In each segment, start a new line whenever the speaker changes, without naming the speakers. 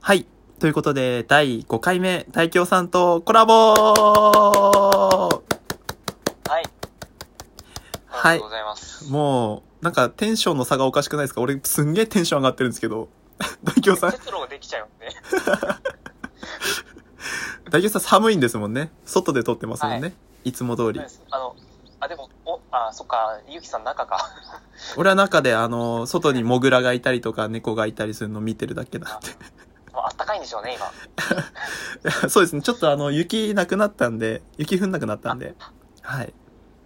はい。ということで、第5回目、大京さんとコラボ
はい。
は
あり
い
がと
う
ご。ざいます。
もう、なんかテンションの差がおかしくないですか俺すんげえテンション上がってるんですけど。 大京さん、
結露できちゃうね。
大京さん寒いんですもんね。外で撮ってますもんね。い、つも通り。
あの、あ、でも、お、あ、そっか、ゆきさん中か。
俺は中で、あの、外にモグラがいたりとか猫がいたりするの見てるだけなんで。
もうあったかいんでしょうね、今。
いやそうですね。ちょっとあの、雪なくなったんで、雪降んなくなったんで。はい。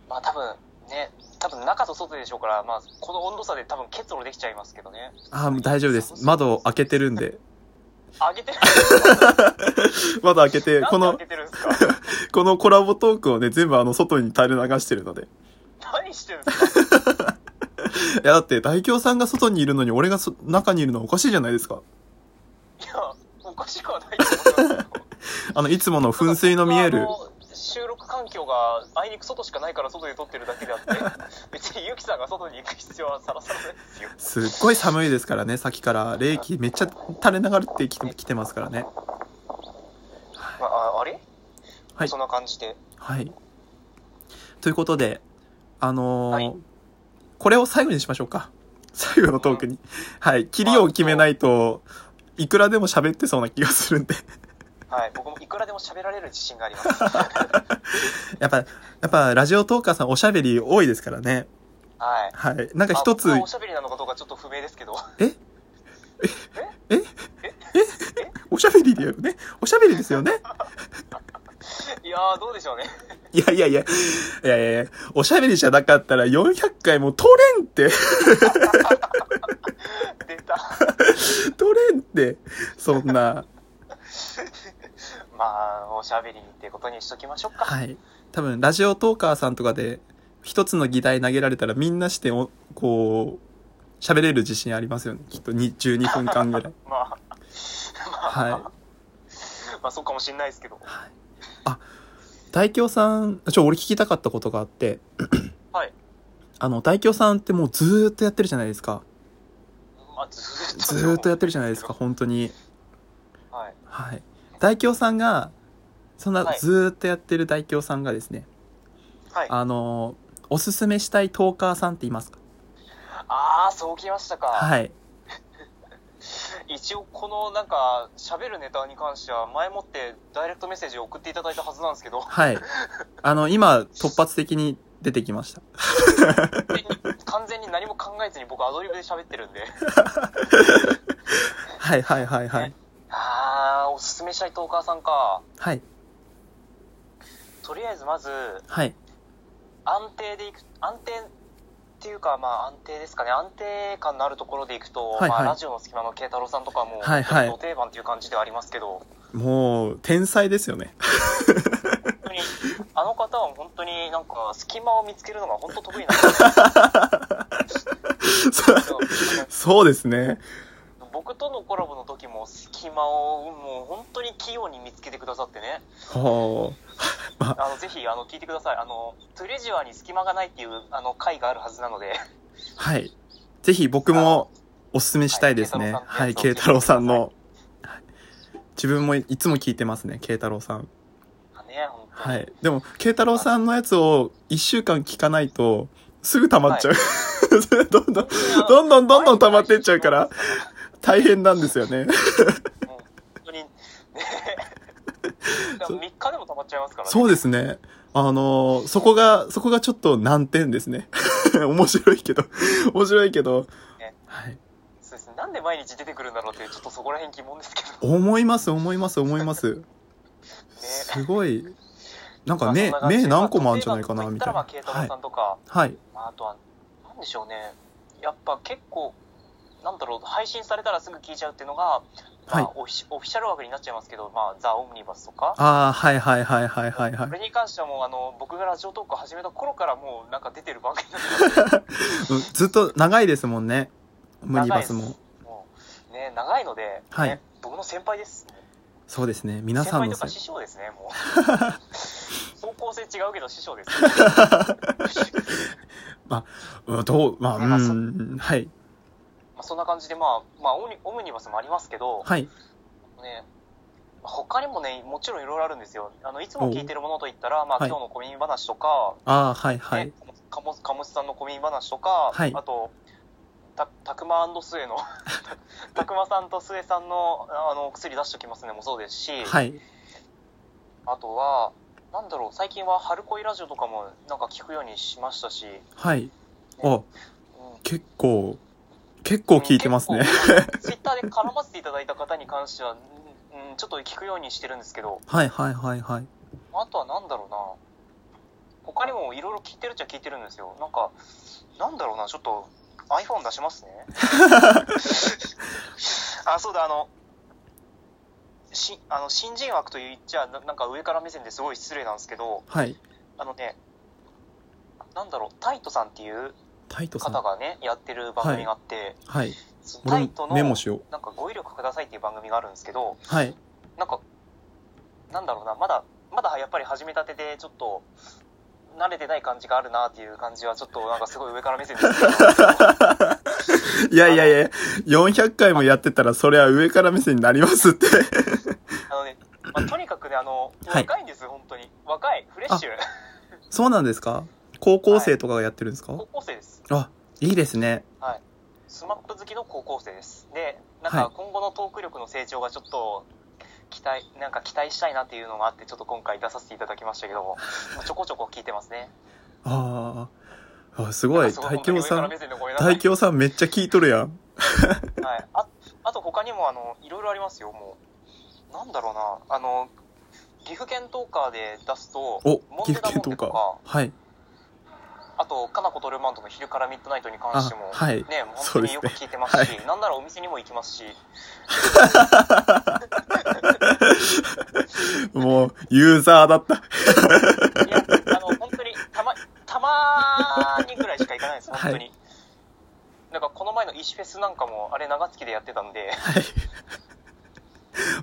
まあ多分、ね、多分中と外でしょうから、まあ、この温度差で多分結露できちゃいますけどね。
ああ、もう大丈夫です。窓開けてるんで。
あげてる
窓開けて、こ
なん
の
であげてるんですか
このコラボトークをね、全部あの、外に垂れ流してるので。
何してるんですか
いや、だって、大京さんが外にいるのに、俺がそ中にいるのはおかしいじゃないですか。
いや、おかしくはないと思いますよ
あの、いつもの 噴水の見える
ただ。僕はあの収録環境があいにく外しかないから外で撮ってるだけであって、別にゆきさんが外に行く必要はさらさらないですよ。
すっごい寒いですからね、先から。冷気めっちゃ垂れ流れてきてきてますからね。
まあ、ああれ
はい
そんな感じで。
はい。ということで、あのー
はい
これを最後にしましょうか。最後のトークに。はい。切りを決めないと、いくらでも喋ってそうな気がするんで。
はい、僕もいくらでも喋られる自信が あります。
やっぱ、やっぱ、ラジオトーカーさんおしゃべり多いですからね。
はい。
はい。なんか一つ
あ僕、がおしゃべりなのかどうかちょっと不明ですけど。
おしゃべりでやるね。おしゃべりですよね。
いやー、どうでしょうね。
いやいやいや、いやいやいや、おしゃべりじゃなかったら400回も取れんって、
出た。
取れんって、そんな、
まあ、おしゃべりってことにしときましょうか。
はい。多分、ラジオトーカーさんとかで、一つの議題投げられたらみんなしてお、こう、喋れる自信ありますよね。きっとに12分間ぐらい。
まあ、
はい。
まあ、そうかもしんないですけど。
大京さん、ちょ、俺聞きたかったことがあって、
はい。
あの、大京さんってもうずーっとやってるじゃないですか。
まあ、ずーっと。
ずーっとやってるじゃないですか、。本当に。
はい。
はい。大京さんが、そんな
はい
ずーっとやってる大京さんがですね、
はい。
あのーおすすめしたいトーカーさんっていますか
あー、そうきましたか。
はい。
一応、このなんか、喋るネタに関しては、前もってダイレクトメッセージを送っていただいたはずなんですけ ど、
はい。あの、今、突発的に出てきました。
完全に何も考えずに僕アドリブで喋ってるんで。
はいはいはいはい。
あー、おすすめしたいトーカーさんか。
はい。
とりあえずまず、
はい。
安定でいく、安定っていうか、まあ安定ですかね。安定感のあるところでいくと、
はいはい
まあラジオの隙間の慶太郎さんとかも、
はいはい
ド定番っていう感じではあります けど、
もう、天才ですよね。
本当に、あの方は本当になんか隙間を見つけるのが本当得意なんで
そう
すよ。
そうですね。
僕とのコラボの時も隙間をもう本当に器用に見つけてくださってね。
ほう。
あの、ぜひ、あの、聞いてください。あの、トゥレジュアに隙間がないっていう、あの、回があるはずなので。
はい。ぜひ僕もおすすめしたいですね。は、
はいい
慶
慶
太
太
郎
郎
さ
さ
ん
ん
の。
の
はい自分もいつも聞いてますね、慶太郎さん。
ね、本当に。
はい。でも、慶太郎さんのやつを一週間聞かないと、すぐ溜まっちゃう。 どんどん、どんどんどんどん溜まってっちゃうから、大変なんですよね。
もう本当に、ね。3日でも溜まっちゃいますからね。
そうですね。あのーそこが、そこがちょっと難点ですね。 面白いけど、面白いけど
ね。
はい。
そうですね。なんで毎日出てくるんだろうっていう、ちょっとそこら辺疑問ですけどね。
思います、思います、思います。すごい。なんか目
まあそ、んな感じ
目
で
何個もあるんじゃないかな、
まあ
みたい
まあ
な
と。言ったら、
は
まあ、慶太郎
い
さ。んとか、
はい。
まあ、あとは、なんでしょうね。やっぱ結構、なんだろう、配信されたらすぐ聞いちゃうっていうのが、ま
はい
あ、オフィシオフィシャル枠になっちゃいますけど、まあ、ザ・オムニバスとか、
ああ、はいはいはいはいはいは
こ
い。
れに関してはもうあの僕がラジオトークを始めた頃からもうなんか出てる番組なんで
うんずっと長いですもんね。ムニバス
長い
も
で。すもうね長いので、
はい
ね、僕の先輩です
そうですね。皆
先
さん
輩
の
と
せ
か
い。
師匠ですねもう方向性違うけど 師匠です
うんどう、まあ、う
ねまあそ
ん、はい。
まあそんな感じでまあ、まあ、オムニオムニバスもありますけど、
はい。
ね他にもね、もちろんいろいろあるんですよ。あの、いつも聞いてるものといったら、まあ、
はい
今日のコミン話とか、
ああ、はいはい
ね。、かもかもしさんのコミン話とか、
はい
あと、た、たくま末 の、たたくまさんと末さんの、あの、薬出しときますねもそうですし、
はい。
あとは、なんだろう、最近は春恋ラジオとかもなんか聞くようにしましたし、
はい。あ、
うん
結構、結構聞いてますね。。
ツイッターで絡ませていただいた方に関しては、うんうんちょっと聞くようにしてるんですけど、
はいはいはいはい。
あとはなんだろうな。他にもいろいろ聞いてるっちゃ聞いてるんですよ。なんか、なんだろうな、ちょっと iPhone 出しますね。 あ、そうだ、あの、しあの新人枠と言っちゃな、なんか上から目線ですごい失礼なんですけど、
はい。
あのね、なんだろう、タイトさんっていう
タイトさ
方
ん。
がね、やってる番組があって、
はい。
そのタ
俺
イトの、
メモしよう。
なんか語彙力くださいっていう番組があるんですけど、
はい。
なんか、なんだろうな、まだ、まだやっぱり始めたてで、ちょっと、慣れてない感じがあるなっていう感じは、ちょっとなんかすごい上から目線ですけど、
いやいやいや、400回もやってたら、それは上から目線になりますって。
あのね、まあとにかくね、あの、
はい
若いんです、本当に。若い、フレッシュ、
そうなんですか高校生とかがやってるんですか、
高校生です。
あ、いいですね。
スマップ好きの高校生です。で、なんか
はい
今後のトーク力の成長がちょっと、期待、なんか期待したいなっていうのがあって、ちょっと今回出させていただきましたけども、まあちょこちょこ聞いてますね。
あーあ、すごい。
なんか
大
すご
京
い
さ
本当に上から
ん
目、線でごめんなさい
大京さんめっちゃ聞いとるやん。
はい、ああと他にもあのいろいろありますよ、もう、なんだろうな、あの岐阜県トーカーで出すと、
お
モ、ン
岐
テダ
阜
モ
県
ンテ
と
と
か
か。、
はい。
あと、かなことルマンドの昼からミッドナイトに関しても、
あはい
ね、もう本
そ
当
うで
に
す
よ
ね
く聞いてますし、なんならお店にも行きますし、
もう、ユーザーだった。
いや、あの本当にたまたまにぐらいしか行かないです、本当に。なんかこの前の石フェスなんかも、あれ、長月でやってたんで、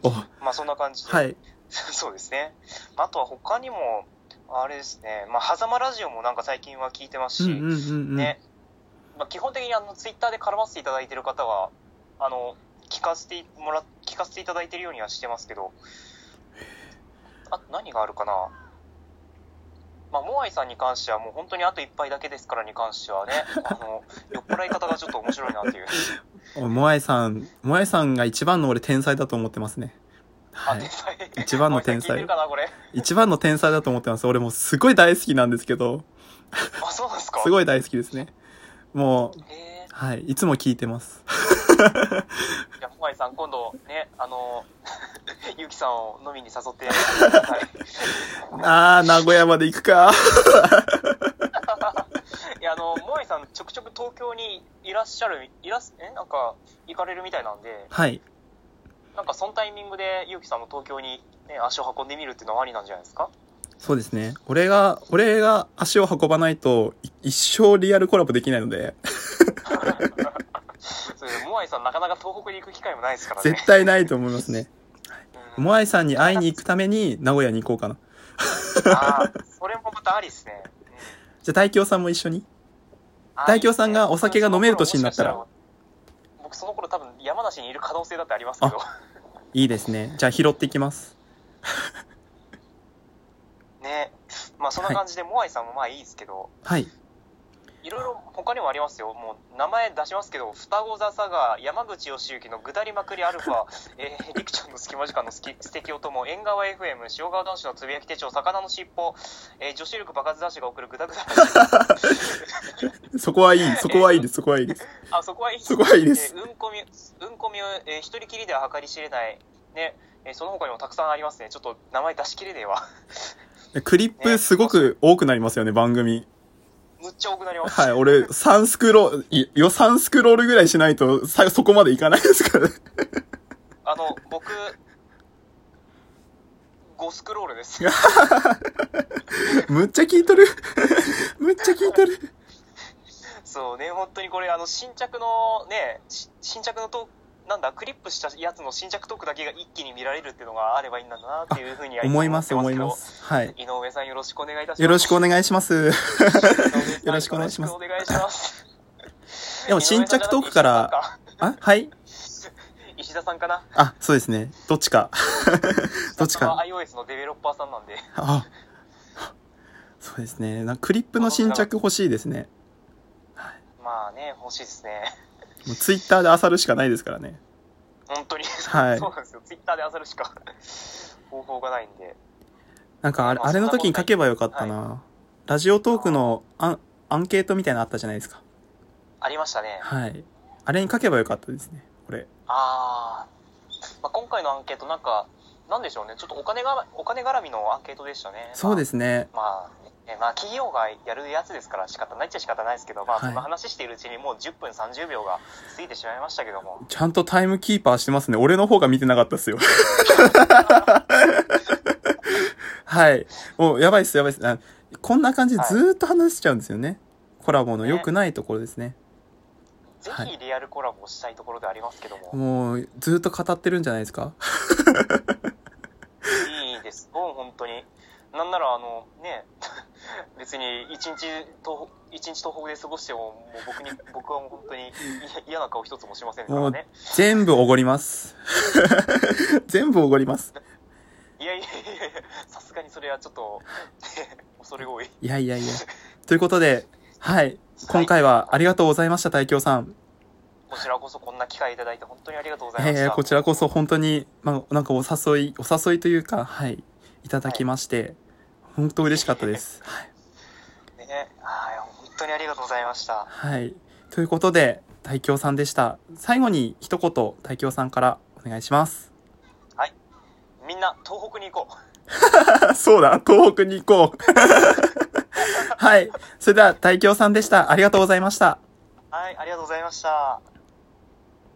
お、
まあそんな感じで。
はい。
そうですね。あとは他にも、あれですね、まあ、狭間ラジオもなんか最近は聞いてます
うん
し、
うんうんうん。
ね、まあ、基本的にあの、ツイッターで絡ませていただいてる方は、あの、聞かせてもら、聞かせていただいてるようにはしてますけど、あと何があるかなまあ、モアイさんに関してはもう本当にあと一杯だけですからに関して はね、あの、酔っ払い方がちょっと面白いなっていう。
おモアイさん、モアイさんが一番の俺天才だと思ってますね。は
あ
い
天。才
一番の天才
モアイさん聞いてるかな、これ。
一番の天才だと思ってます。俺もうすごい大好きなんですけど、
あ、そうなんですか
すごい大好きですね。もう、
へえ
はい。いつも聞いてます。
じゃあ、ホワイさん、今度、ね、あの、 ゆきさんを飲みに誘ってください。
あー、名古屋まで行くか。
いや、あの、モアイさん、ちょくちょく東京にいらっしゃる、いらっ、え、なんか、行かれるみたいなんで、
はい。
なんか、そのタイミングで、ゆきさんも東京に、ね、足を運んでみるっていうのはありなんじゃないですか
そうですね。俺が、俺が足を運ばないと、い一生リアルコラボできないので、
それモアイさん、なかなか東北に行く機会もないですからね
絶。対ないと思いますね。
うん、
モアイさんに会いに行くために名古屋に行こうかな。
あーそれもまたありですね。うん
じゃあ大京さんも一緒に。
あー
大京さんがお酒が飲める年になったら。
いいですね僕、その頃多分、山梨にいる可能性だってありますけど。
いいですね。じゃあ拾っていきます。
ねまあそんな感じで、モアイさんもまあいいですけど、
はい。
いろいろ他にもありますよ。もう名前出しますけど、双子座サガー、山口義行の下りまくりアルファ、 えー、リクちゃんの隙間時間のすき素敵お供、縁側 FM、塩川男子のつぶやき手帳、魚の尻尾、えー女子力爆発男子が送るグダ グダ。
そこはいい。そこはいいです。そこはいいです。
あ、そこはいい
そこはいいです。
えーうんこみ、うんこみを、えー一人きりでは計り知れない。ね、えーその他にもたくさんありますね。ちょっと名前出しきれねえわ。
クリップすごく多くなりますよね、番組。
むっちゃ多くなります。
はい。俺、3スクロール、い予算スクロールぐらいしないと、さそこまでいかないですから ね。
あの、僕、5スクロールです。
むっちゃ聞いとる。 むっちゃ聞いとる。
そうね、本当にこれ、あの、新着のね、し新着のトーク、なんだ、クリップしたやつの新着トークだけが一気に見られるっていうのがあればいいんだなっていうふうには
思います、
つも
思
っ
い
て
ま
け
す。はい。
ど。井上さんよろしくお願いいたします。
よろしくお願いします。
い
よろしくお願いします
お願いします。
でも新着トークから、あはい。
井石田さんかな
あ、そうですね。どっちか。どっち
石田さんは
か。
iOS のデベロッパーさんなんで。
あ、そうですね。なんかクリップの新着欲しいですね。
まあね、欲しいですね。
もうツイッターで漁るしかないですからね。
本当に。
はい
そうなんですよ。ツイッターで漁るしか方法がないんで。
なんかあれ、
まあ
あれの時に書けばよかったな。ラジオトークのアンアンケートみたいなのあったじゃないですか。
ありましたね。
はい。あれに書けばよかったですね。これ。
あー、まあ、今回のアンケートなんか、なんでしょうね。ちょっとお金が、お金絡みのアンケートでしたね。。
そうですすね。
まあ、ねまあ、企業がやるやつですから仕方ないっちゃ仕方ないですけど、まあ、
はい
その話しているうちにもう10分30秒が過ぎてしまいましたけども。
ちゃんとタイムキーパーしてますね。俺の方が見てなかったっすよ。はい。もう、やばいっす、やばいっす。あこんな感じでずーっと話しちゃうんですよね。コラボの良くないところですね。
ぜ
はい
ひリアルコラボしたいところではありますけども。
もう、ずーっと語ってるんじゃないですか。
いいです。もう本当に。なんなら、あの、ね、 別に一日東、一日東北で過ごしても、もう僕に、僕はもう本当にい嫌な顔一つもしませんからね。
全部おごります。 全部おごります。
いやいやいやいや、さすがにそれはちょっと、 恐れ多い。
いやいやいや。ということで、はい。今回はありがとうございました、大京さん。
こちらこそこんな機会いただいて本当にありがとうございました。
えー、こちらこそ本当に、まあ、なんかお誘い、お誘いというか、はい、いただきまして、本当嬉しかった です。はい。
ね、はい、本当にありがとうございました。
はい。ということで、大京さんでした。最後に一言、大京さんからお願いします。
みんな、東北に行こ う。
そうだ、東北に行こ う。はい。それでは、大京さんでした。ありがとうございました。
はい、ありがとうございました。